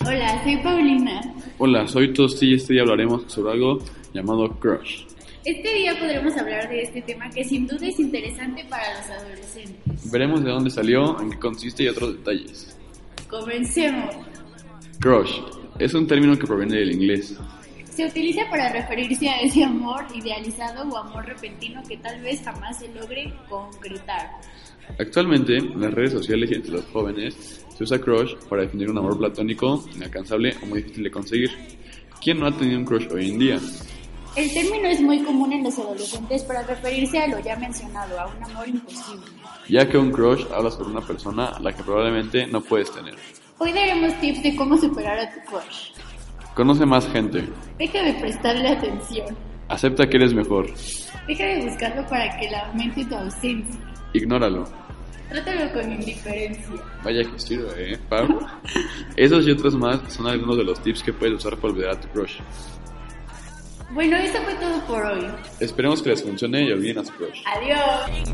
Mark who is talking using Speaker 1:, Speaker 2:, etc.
Speaker 1: Hola, soy Paulina.
Speaker 2: Hola, soy Tosti y este día hablaremos sobre algo llamado crush.
Speaker 1: Este día podremos hablar de este tema que sin duda es interesante para los adolescentes.
Speaker 2: Veremos de dónde salió, en qué consiste y otros detalles.
Speaker 1: Comencemos.
Speaker 2: Crush es un término que proviene del inglés.
Speaker 1: Se utiliza para referirse a ese amor idealizado o amor repentino que tal vez jamás se logre concretar.
Speaker 2: Actualmente, en las redes sociales y entre los jóvenes, se usa crush para definir un amor platónico, inalcanzable o muy difícil de conseguir. ¿Quién no ha tenido un crush hoy en día?
Speaker 1: El término es muy común en los adolescentes para referirse a lo ya mencionado, a un amor imposible.
Speaker 2: Ya que un crush habla sobre una persona a la que probablemente no puedes tener.
Speaker 1: Hoy daremos tips de cómo superar a tu crush.
Speaker 2: Conoce más gente.
Speaker 1: Deja de prestarle atención.
Speaker 2: Acepta que eres mejor.
Speaker 1: Deja de buscarlo para que lamente tu ausencia.
Speaker 2: Ignóralo.
Speaker 1: Trátalo con indiferencia.
Speaker 2: Vaya que sirve, ¿eh, Pau? Esos y otros más son algunos de los tips que puedes usar para olvidar a tu crush.
Speaker 1: Bueno, eso fue todo por hoy.
Speaker 2: Esperemos que les funcione y olviden a su crush.
Speaker 1: Adiós.